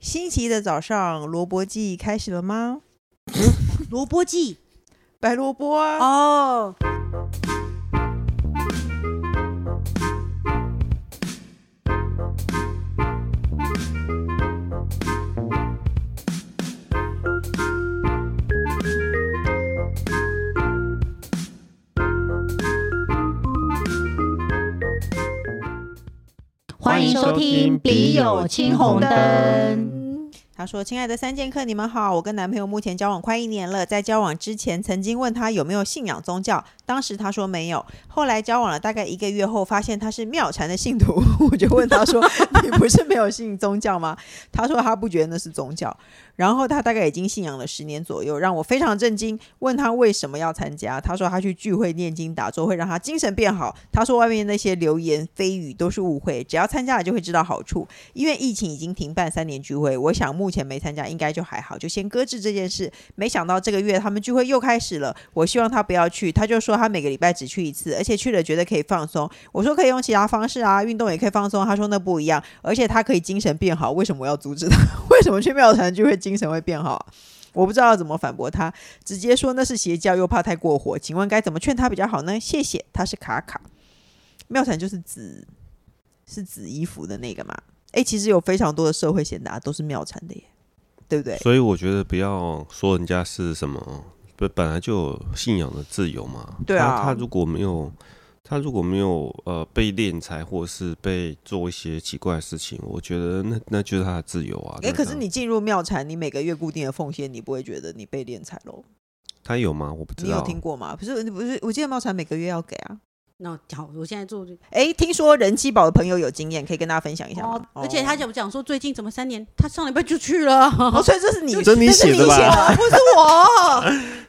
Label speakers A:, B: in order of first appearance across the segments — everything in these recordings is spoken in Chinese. A: 新奇的早上，萝卜季开始了吗？
B: 萝卜季
A: 白萝卜啊，
B: 哦，
C: 欢迎收听《笔友青红灯》。
A: 他说：“亲爱的三剑客，你们好，我跟男朋友目前交往快一年了，在交往之前曾经问他有没有信仰宗教，当时他说没有，后来交往了大概一个月后，发现 他是妙禅的信徒，我就问他说：你不是没有信宗教吗？他说他不觉得那是宗教，然后他大概已经信仰了十年左右，让我非常震惊，问他为什么要参加，他说他去聚会念经打坐会让他精神变好，他说外面那些流言蜚语都是误会，只要参加了就会知道好处，因为疫情已经停办三年聚会，我想目前没参加应该就还好，就先搁置这件事。没想到这个月他们聚会又开始了，我希望他不要去，他就说他每个礼拜只去一次，而且去了觉得可以放松。我说可以用其他方式啊，运动也可以放松。他说那不一样，而且他可以精神变好，为什么我要阻止他？ 为什么去庙团聚会精神会变好？啊我不知道怎么反驳他，直接说那是邪教，又怕太过火。请问该怎么劝他比较好呢？谢谢，他是卡卡。妙禅就是紫，是紫衣服的那个嘛？哎，其实有非常多的社会贤达都是妙禅的耶，对不对？
C: 所以我觉得不要说人家是什么，不本来就有信仰的自由嘛。
A: 对啊
C: 他他如果没有，他如果没有呃被敛财或是被做一些奇怪的事情，我觉得那那就是他的自由啊。
A: 哎，
C: 那
A: 可是
C: 他
A: 你进入妙禅，你每个月固定的奉献，你不会觉得你被敛财喽？
C: 他有吗？我不知
A: 你有
C: 道。
A: 听过吗？不是，不是，我记得妙禅每个月要给啊。
B: 那我好，我现在做这个
A: 哎，听说人气宝的朋友有经验，可以跟大家分享一下吗
B: 哦，而且他就讲说最近怎么三年，他上礼拜就去了，
A: 哦，所以这是你，
C: 这是你
A: 这是
C: 写的吧
A: 的不是我。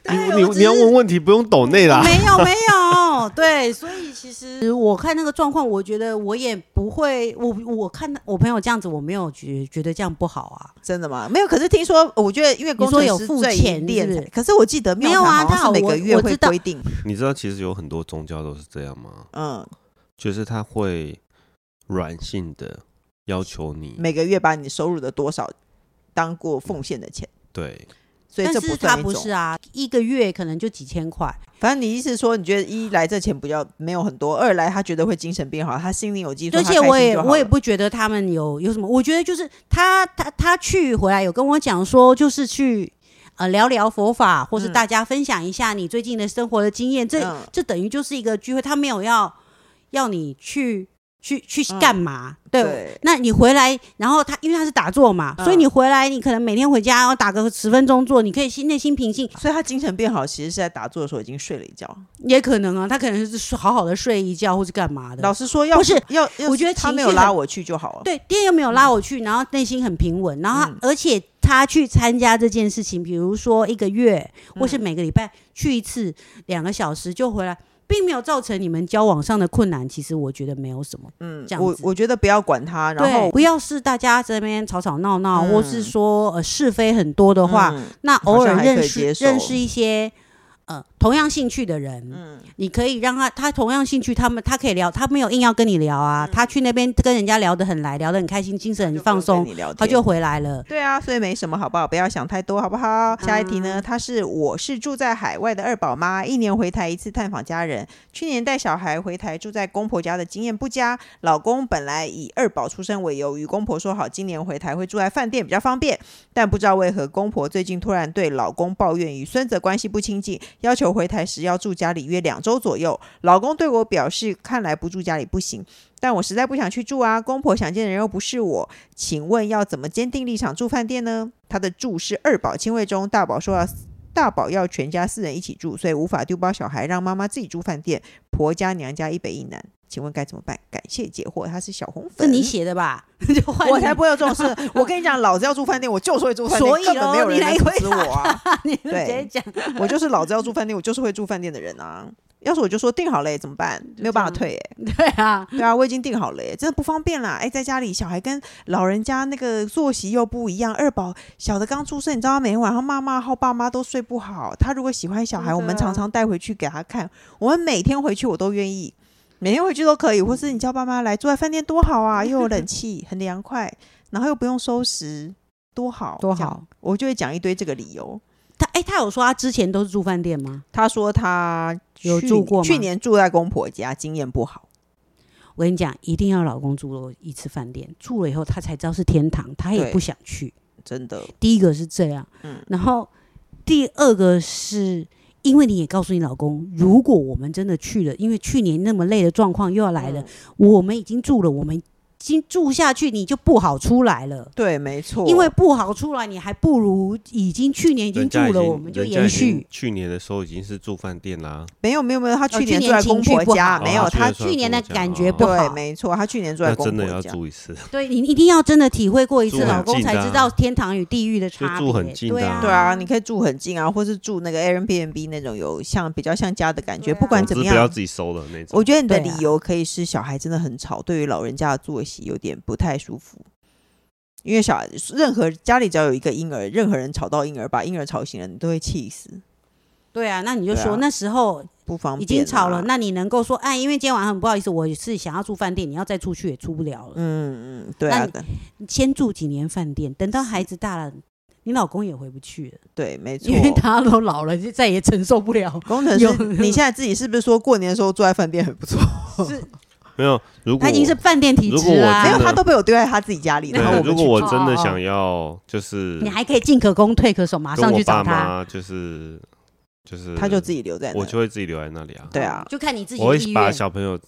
A: 对
C: 你
A: 我
C: 你
A: 只
C: 你要
A: 是
C: 问问题不用抖内
A: 啊
C: 啦。
B: 没有没有，对，所以其实我看那个状况，我觉得我也不会，我我看我朋友这样子，我没有觉觉得这样不好啊，
A: 真的吗？没有，可是听说，我觉得因为工程
B: 你说有
A: 师
B: 付
A: 最
B: 钱
A: 敛
B: 是不
A: 财
B: 是
A: 可是我记得妙
B: 没有啊
A: 禅好像
B: 他好
A: 是每个
B: 我
A: 月
B: 我
A: 会
B: 知道
A: 规定，
C: 你知道其实有很多宗教都是这样吗？
A: 嗯，
C: 就是他会软性的要求你，
A: 每个月把你收入的多少当过奉献的钱，
C: 对，
A: 所以这
B: 但
A: 不
B: 是
A: 算
B: 他
A: 一
B: 不
A: 种。
B: 是啊，一个月可能就几千块，
A: 反正你意思说，你觉得一来这钱比较没有很多，二来他觉得会精神变好，他心里有寄托，
B: 而
A: 他
B: 且
A: 开
B: 我
A: 心
B: 也
A: 就好
B: 我也
A: 了
B: 不觉得他们有有什么，我觉得就是他他他去回来有跟我讲说，就是去呃聊聊佛法，或是
A: 嗯
B: 大家分享一下你最近的生活的经验，这、
A: 嗯
B: 这等于就是一个聚会，他没有要要你去去去
A: 嗯
B: 干嘛，对。
A: 对，
B: 那你回来，然后他因为他是打坐嘛，
A: 嗯
B: 所以你回来，你可能每天回家要打个十分钟坐，你可以心内心平静，
A: 所以他精神变好，其实是在打坐的时候已经睡了一觉。
B: 也可能啊，他可能是好好的睡一觉或是干嘛的。
A: 老实说，要
B: 嗯不是
A: 要，要
B: 我觉得
A: 他
B: 情
A: 没
B: 绪
A: 有
B: 很
A: 拉我去就好了。
B: 对，爹又没有拉我去，然后内心很平稳，然后他、
A: 嗯
B: 而且他去参加这件事情，比如说一个月，
A: 嗯
B: 或是每个礼拜去一次，两个小时就回来，并没有造成你们交往上的困难。其实我觉得没有什么，
A: 嗯
B: 这，样
A: 我
B: 子
A: 我觉得不要管他，然后
B: 对，不要是大家在那边吵吵闹闹，
A: 嗯
B: 或是说呃是非很多的话，
A: 嗯
B: 那偶
A: 好像
B: 尔
A: 还可以
B: 认
A: 接
B: 识
A: 受
B: 认识一些。呃，同样兴趣的人，
A: 嗯
B: 你可以让他，他同样兴趣，他们他可以聊，他没有硬要跟你聊啊，他去那边跟人家聊得很来，聊得很开心，精神
A: 嗯就不
B: 很
A: 用
B: 放
A: 跟
B: 松，
A: 你聊天
B: 他就回来了。
A: 对啊，所以没什么，好不好？不要想太多，好不好？下一题呢？她是我是住在海外的二宝妈，一年回台一次探访家人。去年带小孩回台住在公婆家的经验不佳，老公本来以二宝出生为由，与公婆说好今年回台会住在饭店比较方便，但不知道为何公婆最近突然对老公抱怨与孙子关系不亲近，要求回台时要住家里约两周左右。老公对我表示，看来不住家里不行，但我实在不想去住啊，公婆想见的人又不是我，请问要怎么坚定立场住饭店呢？他的住是二宝亲卫中，大宝说要大宝要全家四人一起住，所以无法丢包小孩，让妈妈自己住饭店。婆家娘家一北一南，请问该怎么办？感谢解惑，他是小红
B: 是
A: 粉。
B: 你写的吧？ 就换
A: 我
B: 你
A: 才不会有这种事！ 我跟你讲，老子要住饭店，我就是会住饭店，
B: 所以
A: 根本没有
B: 咯
A: 人
B: 你
A: 能
B: 来
A: 阻
B: 回
A: 止我啊！
B: 你直
A: 对
B: 接讲，
A: 我就是老子要住饭店，我就是会住饭店的人啊！要是我就说订好了耶怎么办？没有办法
B: 这样
A: 退耶
B: 对啊，
A: 对啊，我已经订好了耶，真的不方便啦。哎，在家里小孩跟老人家那个作息又不一样，二宝小的刚出生，你知道他每天晚上妈妈和爸妈都睡不好。他如果喜欢小孩，
B: 真的
A: 我们常常带回去给他看，我们每天回去我都愿意，每天回去都可以，或是你叫爸妈来住在饭店多好啊，又有冷气，很凉快，然后又不用收拾，多好，
B: 多
A: 这样
B: 好。
A: 我就会讲一堆这个理由。
B: 他哎、他有说他之前都是住饭店吗？
A: 他说他
B: 有
A: 去
B: 住过吗
A: 去年住在公婆家，经验不好。
B: 我跟你讲，一定要老公住了一次饭店，住了以后他才知道是天堂，他也
A: 对
B: 不想去。
A: 真的，
B: 第一个是这样，
A: 嗯
B: 然后第二个是因为你也告诉你老公，如果我们真的去了，因为去年那么累的状况又要来了，
A: 嗯
B: 我们已经住了，我们已经住下去，你就不好出来了。
A: 对，没错，
B: 因为不好出来，你还不如已经去年已经
C: 人
B: 住
C: 家已
B: 了，
C: 经
B: 我们就
C: 人家
B: 延
C: 已经
B: 续。
C: 去年的时候已经是住饭店啦，
A: 没有没有没有，他哦去
B: 哦去
A: 年
B: 年
A: 住在公
B: 情绪
A: 婆
B: 不
A: 家，
B: 好
A: 没有
C: 哦
A: 他
C: 他
B: 去年的感觉不
A: 哦对，
B: 好，
A: 没错，他去年住在
C: 那
A: 公
C: 真的
A: 婆
C: 要
A: 家，
C: 住一次，
B: 对你一定要真的体会过一次，
C: 住很
B: 老公
C: 近的
B: 才
C: 啊
B: 知道天堂与地狱的差别。
C: 就住很近的
B: 对啊，
A: 对啊，你可以住很近啊，或是住那个 Airbnb 那种有像比较像家的感觉，
B: 对啊
A: 不管
C: 总
A: 怎
C: 之
A: 么
C: 不要
A: 样。
C: 自己收了那种。
A: 我觉得你的
B: 对啊
A: 理由可以是小孩真的很吵，对于老人家的作息有点不太舒服。因为小孩任何家里只要有一个婴儿，任何人吵到婴儿，把婴儿吵醒了，你都会气死，
B: 对啊，那你就
A: 对啊
B: 说、那时候
A: 不方便、啊
B: 已经吵了，，那你能够说，哎，因为今天晚上很不好意思，我是想要住饭店，你要再出去也出不了了，
A: 嗯嗯，对啊，
B: 那你先住几年饭店，等到孩子大了，你老公也回不去了，
A: 对，没错。
B: 因。为他都老了，就再也承受不了
A: 工程
B: 有
A: 师，你现在自己是不是说过年的时候住在饭店很不错？
C: 没有，如 果
B: 他已经是饭店体
C: 如果
B: 质
C: 我
B: 啊，
A: 没有，
C: 真的
A: 他都被我丢在他自己家里，
B: 那
A: 然后
C: 对，
A: 我
C: 如
A: 们
C: 果
A: 去
C: 我
B: 去
C: 真的
B: 哦哦
C: 想要就是
B: 你还可以进可攻退可守，马
C: 跟
B: 上
C: 我
B: 去找
C: 爸
B: 他，
C: 妈就是就是
A: 他就自己留在那
C: 我
A: 里。
C: 就会自己留在那里啊。
A: 对啊，
B: 就看你自己
C: 我
B: 的
C: 会
B: 意
C: 把
B: 愿。
C: 小朋友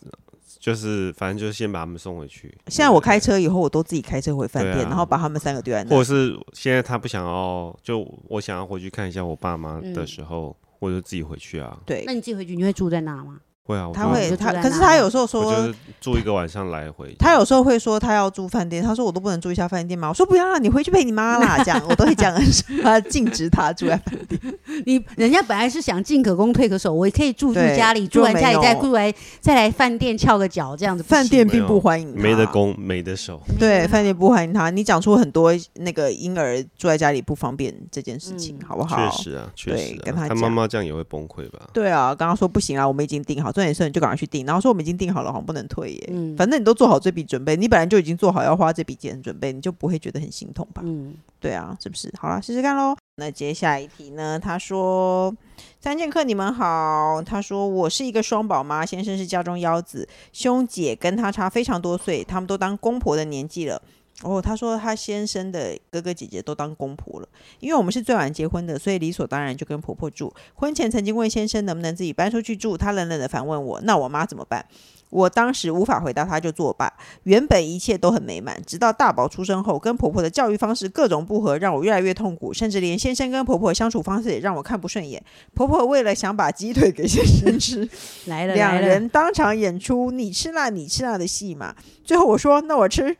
C: 就是反正就是先把他们送回去。
A: 现在我
C: 对
A: 开，车以后，我都自己开车回饭
C: 对啊
A: 店，然后把他们三个丢在那
C: 或者
A: 里。
C: 是现在他不想要，就我想要回去看一下我爸妈
A: 嗯
C: 的时候，我就自己回去啊。
A: 对
B: 那，你自己回去，你会住在那吗？
C: 会啊，我
A: 他
C: 就
A: 会
B: 就
A: 他
B: 住，在
A: 可是
B: 那
A: 他有时候
C: 我就
A: 说，
C: 是住一个晚上来回。
A: 他有时候会说他要住饭店，他说我都不能住一下饭店吗？我说不要啦，你回去陪你妈啦， 这样我都会讲，他禁止他住在饭店。
B: 你人家本来是想进可攻退可守，我可以住住
A: 对
B: 家里，
A: 就
B: 住完
A: 没
B: 家里再
A: 有
B: 住来再来饭店翘个脚这样子不行。
A: 饭店
C: 没
A: 并
C: 有
A: 不欢迎他，
C: 没 得啊攻，没得守。
A: 对，饭店不欢迎他。你讲出很多那个婴儿住在家里不方便这件事情，
B: 嗯
A: 好不好？
C: 确实啊，确
A: 对
C: 实啊、
A: 跟他
C: 他妈
A: 讲
C: 妈这样也会崩溃吧？
A: 对啊，刚刚说不行啦，我们已经订好，重点是你就赶快去订，然后说我们已经订好了，好像不能退耶。
B: 嗯
A: 反正你都做好这笔准备，你本来就已经做好要花这笔钱的准备，你就不会觉得很心痛吧？
B: 嗯，
A: 对啊，是不是？好啦，试试看喽。那接下一题呢？他说：“三剑客，你们好。”他说：“我是一个双宝妈，先生是家中幺子，兄姐跟他差非常多岁，他们都当公婆的年纪了。”哦，他说他先生的哥哥姐姐都当公婆了，因为我们是最晚结婚的，所以理所当然就跟婆婆住。婚前曾经问先生能不能自己搬出去住，他冷冷的反问我：“那我妈怎么办？”我当时无法回答，他就作罢。原本一切都很美满，直到大宝出生后，跟婆婆的教育方式各种不合，让我越来越痛苦，甚至连先生跟婆婆的相处方式也让我看不顺眼。婆婆为了想把鸡腿给先生 吃，
B: 来了，
A: 两
B: 来了
A: 人当场演出你吃辣你吃辣的戏嘛。最后我说那我吃，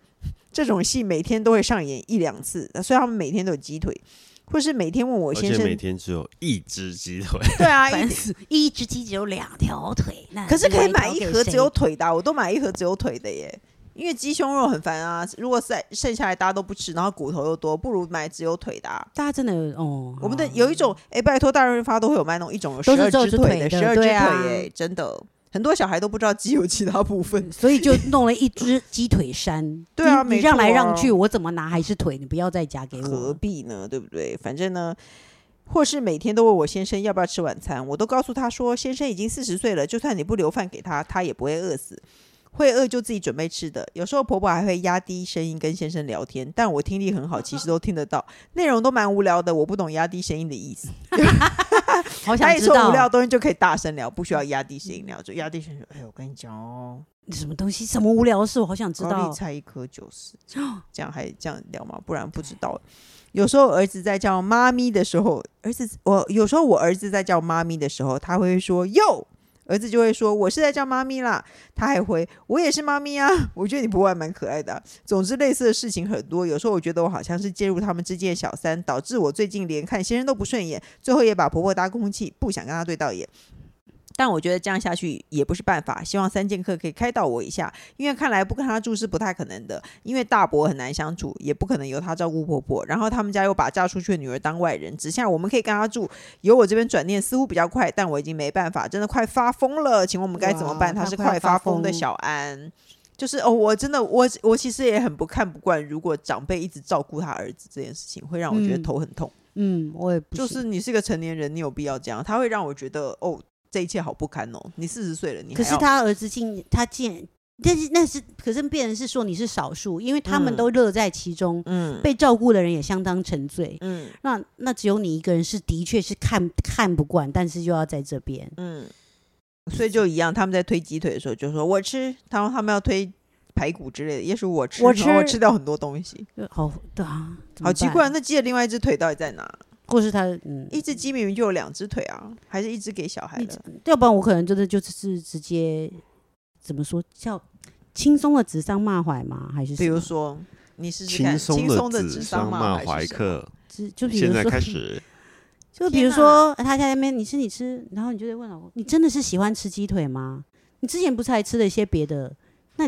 A: 这种戏每天都会上演一两次，所以他们每天都有鸡腿，或是每天问我
C: 而
A: 先
C: 且每
A: 生，
C: 天只有一只鸡腿，
A: 对啊，一
B: 烦死！一只鸡只有两条腿，那
A: 可是可以
B: 另外
A: 买
B: 条
A: 一
B: 给
A: 盒
B: 谁
A: 只有腿的啊、我都买一盒只有腿的耶。因为鸡胸肉很烦啊，如果剩剩下来大家都不吃，然后骨头又多，不如买只有腿的啊、
B: 大家真的有哦，
A: 我们的
B: 好
A: 有一种，哎、拜托大润发都会有卖那种一种有十
B: 都
A: 二
B: 是
A: 只
B: 只
A: 腿
B: 腿的
A: 十二只
B: 对
A: 腿耶、
B: 啊
A: 真的，很多小孩都不知道鸡有其他部分。
B: 所以就弄了一只鸡腿 山。
A: 对啊
B: 你
A: 没
B: 你让来
A: 错啊
B: 让去，我怎么拿还是腿，你不要再夹给
A: 何
B: 我。
A: 必呢？对不对？反正呢，或是每天都问我先生要不要吃晚餐，我都告诉他说，先生已经四十岁了，就算你不留饭给他，他也不会饿死。会饿就自己准备吃的。有时候婆婆还会压低声音跟先生聊天，但我听力很好，其实都听得到，内容都蛮无聊的，我不懂压低声音的意思。他
B: 好想
A: 也
B: 知
A: 说无聊
B: 道
A: 的东西就可以大声聊，不需要压低声音聊，就压低声音说：“哎、我跟你讲哦，
B: 什么东西，什么无聊的事，我好想知
A: 高
B: 道
A: 丽。菜一颗九 十，这样还这样聊吗？不然不知道。有时候儿子在叫妈咪的时候，儿子我有时候我儿子在叫妈咪的时候，他会说哟，儿子就会说我是在叫妈咪啦，他还回我也是妈咪啊。 我觉得你婆婆还蛮可爱的啊、总之类似的事情很多，有时候我觉得我好像是介入他们之间的小三，导致我最近连看先生都不顺眼，最后也把婆婆当空气，不想跟她对到眼。但我觉得这样下去也不是办法，希望三剑客可以开导我一下，因为看来不跟他住是不太可能的，因为大伯很难相处，也不可能由他照顾婆婆。然后他们家又把嫁出去的女儿当外人，只剩下我们可以跟他住。由我这边转念似乎比较快，但我已经没办法，真的快发疯了。请问我们该怎么办？
B: 哇
A: 他
B: 他
A: 是
B: 快要
A: 快发
B: 发
A: 疯的
B: 疯
A: 小安，就是哦，我真的我我其实也很不看不惯，如果长辈一直照顾他儿子这件事情，会让我觉得
B: 嗯
A: 头很痛。
B: 嗯，我也不
A: 就是你是个成年人，你有必要这样？他会让我觉得哦，这一切好不堪哦。你四十岁了，你
B: 可
A: 还
B: 是
A: 要
B: 他儿子进他进，但是那是可是别人是说你是少数，因为他们
A: 嗯
B: 都乐在其中，
A: 嗯
B: 被照顾的人也相当沉醉。
A: 嗯
B: 那那只有你一个人是的确是看看不惯，但是又要在这边，
A: 嗯，所以就一样，他们在推鸡腿的时候就说我吃，然后他们要推排骨之类的，也许我吃，
B: 我
A: 然后我
B: 吃
A: 吃掉很多东西，
B: 呃好对啊，怎么
A: 好奇
B: 办
A: 怪。，那鸡的另外一只腿到底在哪？
B: 或是他嗯，
A: 一只鸡明明就有两只腿啊，还是一只给小孩
B: 一
A: 的？
B: 要不然我可能真的就是直接怎么说叫轻松的指桑骂槐嘛，还是
A: 比如
B: 什么
A: 说，你试试看，
C: 轻
A: 轻
C: 的
A: 松的
C: 指
A: 智商
C: 桑骂槐
A: 还是什么
C: 课，
B: 只就 比
C: 现
B: 如
C: 在
B: 说
C: 开始。
B: 就比
A: 天
B: 如
A: 哪
B: 说他在那边你吃你吃，然后你就得问老公，你真的是喜欢吃鸡腿吗？你之前不是还吃了一些别的？那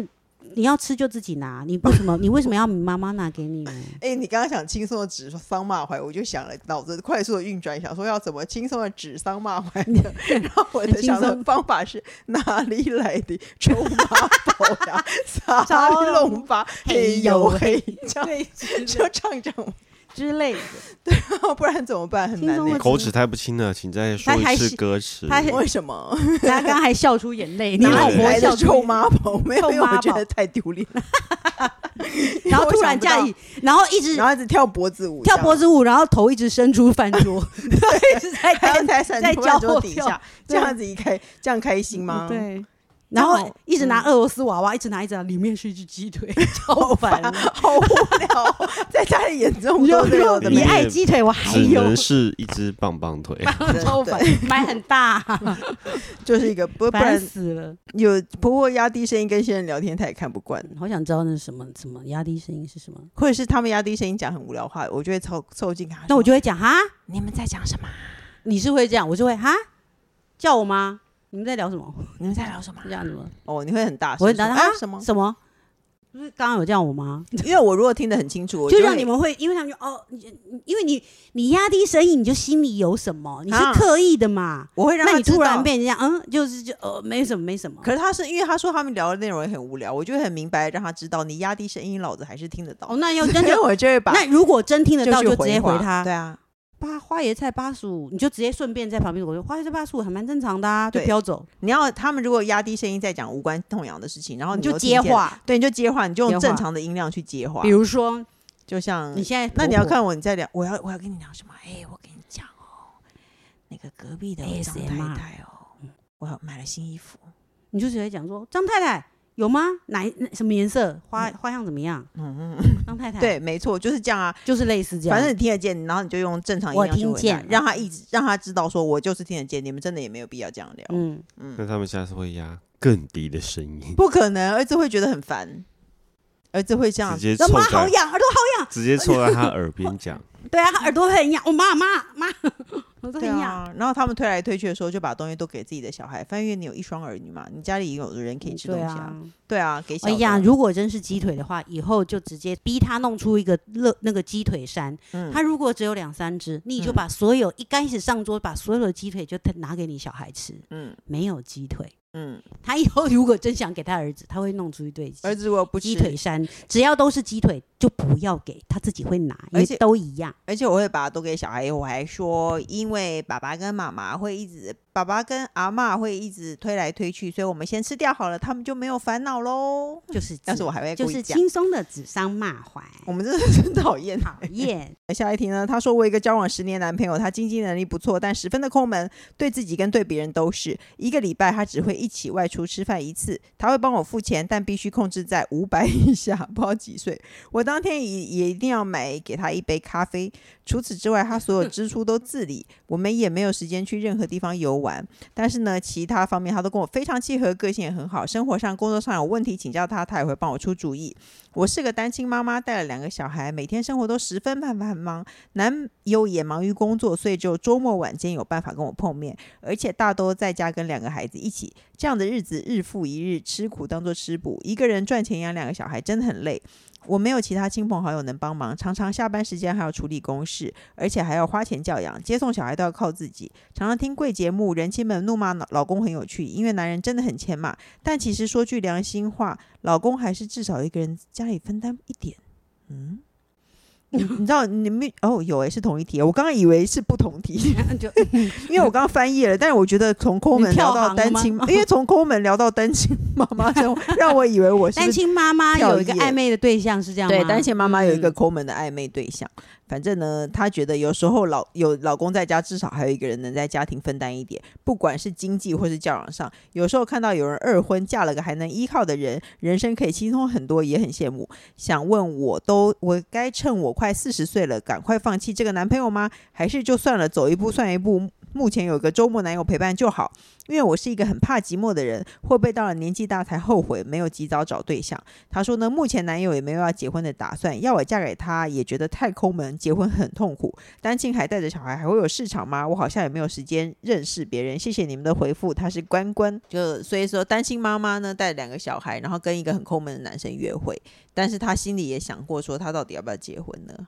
B: 你要吃就自己拿，你为什么你为什么要你妈妈拿给你呢？
A: 哎、你刚刚想轻松的指桑骂槐，我就想了，脑子快速的运转，想说要怎么轻松的指桑骂槐呢？ 然后我的
B: 很轻
A: 想的
B: 松
A: 方法是哪里来的 臭马宝 呀，啥
B: 糟了
A: 龙吧，嘿呦嘿，这样
B: 对，
A: 就唱这样，
B: 之类的，
A: 不然怎么办？很难
B: 轻松
A: 呢
B: 地。
C: 口齿太不清了，请再说
B: 他还
C: 一次
B: 是
C: 歌词。
B: 他 还
A: 为什么？
B: 他刚还笑出眼泪，你
C: 哪里
B: 老
A: 哪里
B: 婆
A: 来
B: 笑
A: 的
B: 出
A: 臭
B: 眼泪，
A: 妈宝？没有，
B: 臭
A: 因为我
B: 妈
A: 觉
B: 宝
A: 得太丢 脸了。
B: 然后
A: 我
B: 突
A: 想
B: 然
A: 不
B: 家
A: 到
B: 里，然后一直
A: 然后一直跳脖子舞，
B: 跳脖
A: 子。
B: 子舞，然后头一直伸出饭 桌，一直在
A: 还要
B: 看
A: 在闪
B: 在
A: 突然
B: 交
A: 桌
B: 互
A: 底
B: 跳
A: 下，这
B: 对
A: 样子一开，这样开心吗？，
B: 对。
A: 这
B: 然
A: 样
B: 后
A: 好
B: 一直拿
A: 嗯
B: 俄罗斯娃娃，一直拿一直拿，里面是一只鸡腿， 超烦了。
A: 好无聊哦，在家里演这种
B: 你
A: 多
B: 就
A: 的有的
B: 你啊
A: 没
C: 也
B: 爱鸡腿，我还
C: 只
B: 有
C: 能是一只棒棒腿。
A: 的，
B: 超 烦，买很大，
A: 就是一个不不
B: 烦
A: 然
B: 死了。
A: 有不过压低声音跟新人聊天他也看不惯，
B: 好想知道那是什么什么压低声音是什么。
A: 或者是他们压低声音讲很无聊话，我就会凑凑近他说。
B: 那我就会讲哈，
A: 你们在讲什么？
B: 你是会这样，我就会哈，叫我吗？你们在聊什么？
A: 你们在聊什么？
B: 这样子吗？
A: 哦，你会很大声说，
B: 我会答他
A: 啊
B: 啊
A: 什么？
B: 什么？不是刚刚有叫我吗？
A: 因为我如果听得很清楚，我
B: 就
A: 会
B: 让你们会，因为他们就哦，你你因为你你压低声音，你就心里有什么，你是
A: 啊
B: 刻意的嘛？
A: 我会让
B: 那
A: 他
B: 你
A: 知道
B: 突然。变成这样，嗯，就是就呃，没什么，没什么。
A: 可是他是因为他说他们聊的内容也很无聊，我就会很明白让他知道，你压低声音，老子还是听得到。
B: 哦，那要那
A: 所以
B: 就
A: 我就会把
B: 那如果真听得到，
A: 去
B: 就直接
A: 回
B: 回
A: 话
B: 他
A: 对。啊，
B: 八花椰菜八十五，你就直接顺便在旁边我说花椰菜八十五还蛮正常的啊，就
A: 对
B: 飘走，
A: 你要他们如果压低声音在讲无关痛痒的事情，然后
B: 哦你
A: 你
B: 就
A: 又
B: 接
A: 听见，
B: 话。
A: 对，你就接话，你就
B: 接
A: 用
B: 话
A: 正常的音量去接话。
B: 比，如说
A: 就像
B: 你现在，
A: 那你要看我，你在聊，我要我要跟你聊什么？哎，我跟你讲哦，那个隔壁的
B: ASMR
A: 张太太哦，我要买了新衣服，
B: 你就直接讲说张太太有吗？哪哪什么颜色花花样怎么样？
A: 嗯嗯，
B: 张太太啊
A: 对，，没错，就是这样啊。
B: 就是类似这样。
A: 反正你听得见，然后你就用正常音
B: 我
A: 量去
B: 听
A: 回答
B: 见
A: 让他一直让他知道，说我就是听得见，你们真的也没有必要这样聊。
B: 嗯，
C: 那他们下次会压更低的声音，
A: 不可能，儿子会觉得很烦，儿子会这样
C: 直，接
B: 说
C: 凑
B: 妈好
C: 在
B: 痒，耳朵好痒。
C: 直接凑在他耳边讲。
B: 对啊，耳朵会很痒。我妈妈妈， 耳朵很
A: 对
B: 痒。
A: 啊，然后他们推来推去的时候，就把东西都给自己的小孩。反正因为你有一双儿女嘛，你家里有人可以吃东
B: 对
A: 西
B: 啊
A: 啊。，对啊，给小
B: 哎
A: 的
B: 呀，如果真是鸡腿的话，以后就直接逼他弄出一个乐那个鸡腿山。
A: 嗯
B: 他如果只有两三只，你就
A: 嗯
B: 把所有、一开始上桌把所有的鸡腿就拿给你小孩吃，
A: 嗯
B: 没有鸡腿。
A: 嗯，
B: 他以后如果真想给他儿子，他会弄出一堆鸡
A: 儿子如果不
B: 鸡
A: 吃，
B: 腿山，只要都是鸡腿就不要给他自己会拿，因
A: 而
B: 为
A: 且
B: 都一样。
A: 而且我会把它都给小孩，我还说，因为爸爸跟妈妈会一直，爸爸跟阿嬷会一直推来推去，所以我们先吃掉好了，他们就没有烦恼喽。
B: 就是
A: 但是我还会
B: 就
A: 故意
B: 是
A: 讲
B: 轻松的指桑骂槐，
A: 我们真的是 讨厌欸
B: 讨 厌。
A: 下一题呢？他说我有一个交往十年男朋友，他经济能力不错，但十分的抠门，对自己跟对别人都是。一个礼拜他只会一起外出吃饭一次，他会帮我付钱，但必须控制在五百以下，不知道几岁。我当天也也一定要买给他一杯咖啡。除此之外，他所有支出都自理，我们也没有时间去任何地方游玩。但是呢，其他方面他都跟我非常契合，个性也很好。生活上、工作上有问题请教他，他也会帮我出主意。我是个单亲妈妈，带了两个小孩，每天生活都十分繁繁忙。男友也忙于工作，所以只有周末晚间有办法跟我碰面，而且大多在家跟两个孩子一起。这样的日子日复一日，吃苦当做吃补，一个人赚钱养两个小孩真的很累。我没有其他亲朋好友能帮忙，常常下班时间还要处理公事，而且还要花钱教养，接送小孩都要靠自己。常常听贵节目，人妻们怒骂老老公很有趣，因为男人真的很欠骂。但其实说句良心话，老公还是至少一个人家里分担一点。嗯，你你知道你们哦有诶、是同一题，我刚刚以为是不同题，
B: 就
A: 因为我刚刚翻页了。但是我觉得从抠门
B: 你跳
A: 聊
B: 行
A: 到单亲
B: 了，吗
A: 因为从抠门聊到单亲妈妈 生活，让我以为我是不
B: 单
A: 是
B: 亲妈妈有一个
A: 跳页
B: 暧昧的对象是这样吗？嗯
A: 对，单亲妈妈有一个抠门的暧昧对象。反正呢，她觉得有时候老有老公在家，至少还有一个人能在家庭分担一点，不管是经济或是教养上。有时候看到有人二婚嫁了个还能依靠的人，人生可以轻松很多，也很羡慕。想问我都我该趁我快四十岁了，赶快放弃这个男朋友吗？还是就算了，走一步算一步？目前有个周末男友陪伴就好，因为我是一个很怕寂寞的人，会不会到了年纪大才后悔没有及早找对象？她说呢，目前男友也没有要结婚的打算，要我嫁给他也觉得太抠门，结婚很痛苦，单亲还带着小孩，还会有市场吗？我好像也没有时间认识别人。谢谢你们的回复，她是关关，就所以说单亲妈妈呢带两个小孩，然后跟一个很抠门的男生约会，但是她心里也想过说，她到底要不要结婚呢？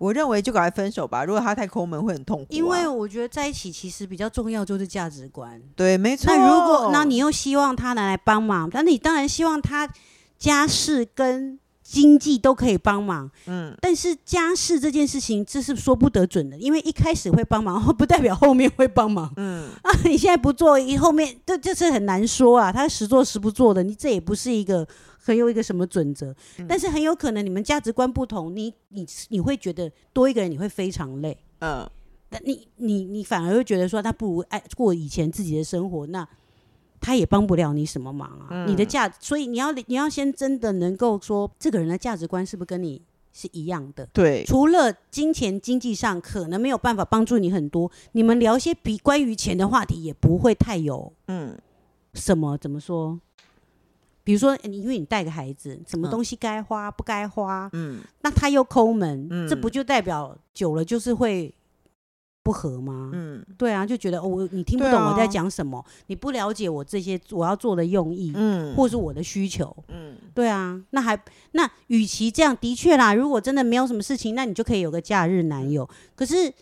A: 我认为就赶快分手吧，如果他太抠门会很痛苦啊、
B: 因为我觉得在一起其实比较重要就是价值观。
A: 对，没错。
B: 那如果那你又希望他能来帮忙，那你当然希望他家事跟经济都可以帮忙。
A: 嗯，
B: 但是家事这件事情，这是说不得准的，因为一开始会帮忙， 不代表后面会帮忙。嗯啊，你现在不做，以后面这这是很难说啊。他时做时不做的，你这也不是一个很有一个什么准则。
A: 嗯
B: 但是很有可能你们价值观不同，你你你会觉得多一个人你会非常累。
A: 嗯。
B: 那你你你反而会觉得说，他不如爱过以前自己的生活，那他也帮不了你什么忙啊。你
A: 嗯
B: 的价，所以你要你要先真的能够说，这个人的价值观是不是跟你是一样的？
A: 对，
B: 除了金钱经济上可能没有办法帮助你很多，你们聊些比关于钱的话题也不会太有
A: 嗯，
B: 什么怎么说？比如说，你因为你带个孩子，什么
A: 嗯
B: 东西该花不该花，
A: 嗯，
B: 那他又抠门，这
A: 嗯
B: 不就代表久了就是会不合吗？
A: 嗯，
B: 对啊，就觉得哦，我你听不
A: 对
B: 懂我在
A: 啊
B: 讲什么，你不了解我这些我要做的用意，
A: 嗯，
B: 或是我的需求。
A: 嗯，
B: 对啊，那还那与其这样，的确啦，如果真的没有什么事情，那你就可以有个假日男友。可是，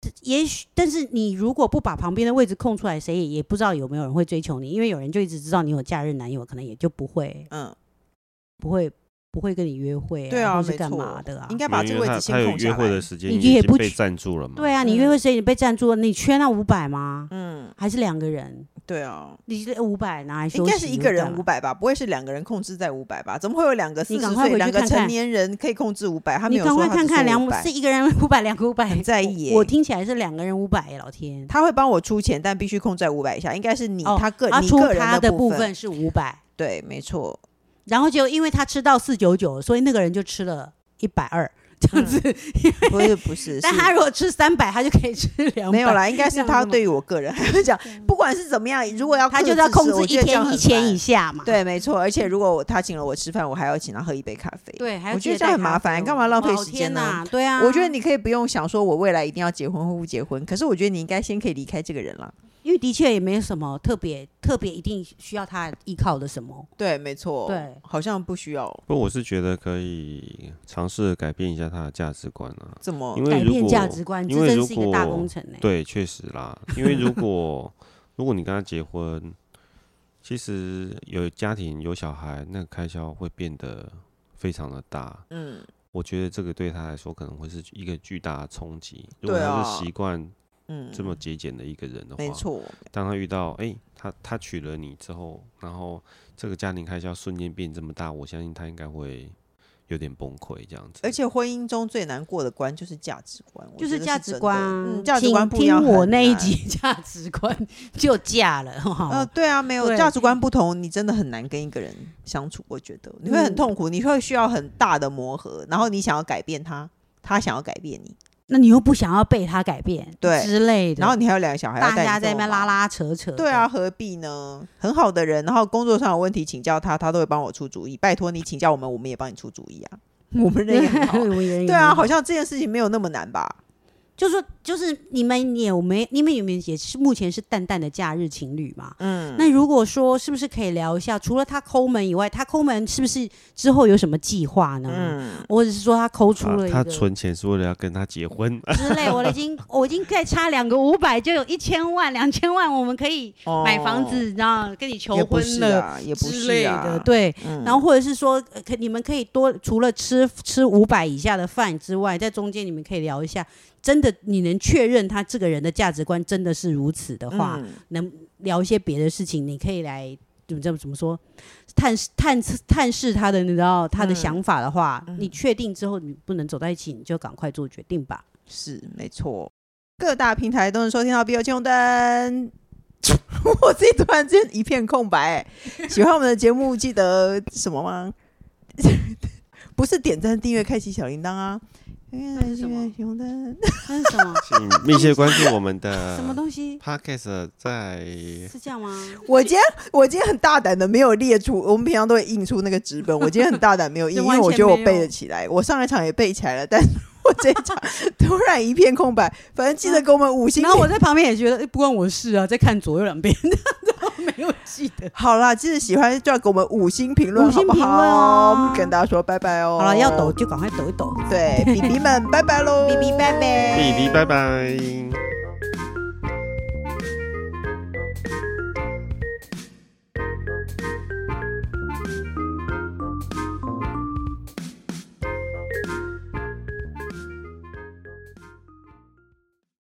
B: 这也许，但是你如果不把旁边的位置空出来，谁也也不知道有没有人会追求你，因为有人就一直知道你有假日男友，可能也就不会
A: 嗯，
B: 不会不会跟你约会、啊，
A: 对啊，
B: 或是
A: 没
B: 干嘛
A: 错
B: 的啊？
A: 应该把这
C: 因
A: 个
C: 为
A: 位
C: 他
A: 置
C: 他
A: 先
C: 有
A: 空
C: 约
A: 下
C: 会
A: 来
C: 的。时间
B: 你
C: 已
B: 也
C: 经
B: 不
C: 被
B: 去
C: 占住了嘛？
B: 对啊，你约会谁？你被占住了，你缺那五百吗？
A: 嗯，
B: 还是两个人？
A: 对啊，
B: 你这五百拿来休息，
A: 应该是一个人五百
B: 百。
A: 吧，不会是两个人控制在五百吧？怎么会有两个四
B: 你
A: 十
B: 赶快回
A: 岁、
B: 去
A: 两个
B: 看看
A: 成年人可以控制五百？他没
B: 你
A: 有
B: 赶
A: 说
B: 快
A: 他
B: 看
A: 只
B: 看
A: 说500
B: 两是一个人五百，两个五百，
A: 很在意耶
B: 我我听起来是两个人五百耶，老天。
A: 他会帮我出钱，但必须控制在五百以下。应该是你
B: 哦
A: 他个
B: 他
A: 你
B: 出
A: 个
B: 他
A: 人
B: 的
A: 部
B: 部，分是五百，
A: 对，没 错，
B: 然后就因为他吃到四九九，所以那个人就吃了一百二这样子。
A: 不是不是，嗯
B: 但
A: 是
B: 他如果吃三百，他就可以吃两百。
A: 没有，啦，应该是
B: 两
A: 他
B: 个嘛
A: 对于我个人还是讲，不管是怎么样，如果要
B: 他
A: 克
B: 就是要
A: 制
B: 控
A: 是
B: 制
A: 我
B: 一
A: 觉得这样
B: 天一
A: 很
B: 千
A: 烦
B: 以下嘛。
A: 对，没错。而且如果我他请了我吃饭，我还要请他喝一杯咖啡。
B: 对，还要
A: 我觉得
B: 记
A: 这样
B: 带
A: 很麻
B: 咖啡
A: 烦
B: 哦
A: 干嘛浪费
B: 老
A: 时间
B: 天
A: 呢
B: 呐对啊，
A: 我觉得你可以不用想说我未来一定要结婚或不结婚，可是我觉得你应该先可以离开这个人啦。
B: 因为的确也没有什么特别特别一定需要他依靠的什么。
A: 对，没错，
B: 对
A: 好像不需要
C: 不过我是觉得可以尝试改变一下他的价值观啊，
A: 这么
C: 因为
B: 改
C: 如
B: 变
C: 果
B: 价值观，这
C: 因为
B: 真
C: 如
B: 是一个大工
C: 果
B: 程欸呢。
C: 对，确实啦，因为如果如果你跟他结婚，其实有家庭有小孩，那个开销会变得非常的大。
A: 嗯，
C: 我觉得这个对他来说可能会是一个巨大的冲击。如果
A: 对
C: 他
A: 啊
C: 是习惯
A: 嗯
C: 这么节俭的一个人的话，
A: 没错，
C: 当他遇到哎、他他娶了你之后，然后这个家庭开销瞬间变这么大，我相信他应该会有点崩溃这样子。
A: 而且婚姻中最难过的关就是价值观，我
B: 就
A: 觉
B: 是
A: 得
B: 价
A: 真
B: 值
A: 的
B: 观啊，
A: 嗯，价值观
B: 请
A: 不一样。
B: 听我那一，集价值观 就嫁了哈。
A: 呃，对啊，没有
B: 对
A: 价值观不同，你真的很难跟一个人相处。我觉得你会很
B: 嗯
A: 痛苦，你会需要很大的磨合，然后你想要改变他，他想要改变你，
B: 那你又不想要被他改变，
A: 对
B: 之类的，
A: 然后你还有两个小孩要
B: 大
A: 带你
B: 家在那
A: 这么
B: 边拉
A: 忙
B: 拉扯扯，
A: 对啊，，何必呢？很好的人，然后工作上有问题请教他，他都会帮我出主意。拜托你请教我们，我们也帮你出 主意啊。我们人也很好。
B: 我也
A: 对啊，好像这件事情没有那么难吧？
B: 就是说就是你们有没你们有没有也是目前是淡淡的假日情侣嘛？嗯，那如果说是不是可以聊一下，除了他抠门以外，他抠门是不是之后有什么计划呢？
A: 嗯，
B: 或者是说他抠出
C: 啊
B: 了一
C: 他
B: 个
C: 存钱是为了要跟他 结婚，
B: 之类，我已经我已经再差两个五百就有一千万两千万，我们可以
A: 哦
B: 买房子，然后跟你求
A: 也不
B: 婚
A: 是
B: 了。
A: 啊，也不
B: 之
A: 是
B: 类
A: 啊
B: 的，，对，
A: 嗯
B: 然后或者是说，呃可你们可以多除了吃吃五百以下的饭之外，在中间你们可以聊一下，真的你能确认他这个人的价值观真的是如此的话，
A: 嗯
B: 能聊一些别的事情，你可以来怎么怎么怎么说，探探探视他的，你知道他的
A: 嗯
B: 想法的话，
A: 嗯
B: 你确定之后你不能走在一起，你就赶快做决 定吧。
A: 是没错。各大平台都能收听到《笔友青红灯》。 我自己突然间一片空白、欸。喜欢我们的节目，记得什么吗？ 不是点赞、订阅、开启小铃铛啊！
B: 那是什么
A: 红灯，
B: 那是什么
C: 请密切关注我们
B: 什么
C: 的
B: 东西？
C: podcast，在
B: 是这样吗？
A: 我今天我今天很大胆的没有列出，我们平常都会印出那个纸本，我今天很大胆没 有印，
B: 这
A: 因
B: 完
A: 为我
B: 全
A: 觉得我
B: 没有
A: 背得起来，我上一场也背起来了，但是我这一场 突然一片空白。反正记得给我们五星
B: 嗯然后我在旁边也觉得、哎不关我事啊，在看左右两边， 然后没有记得。
A: 好啦，记得喜欢就要给我们五星评论，
B: 五星
A: 好不
B: 评论
A: 好？
B: 哦
A: 跟大家说拜拜哦。
B: 好了，要 抖就赶快抖一抖。
A: 对，比比们拜拜喽，
B: 比比拜拜
C: 哔哔，拜拜。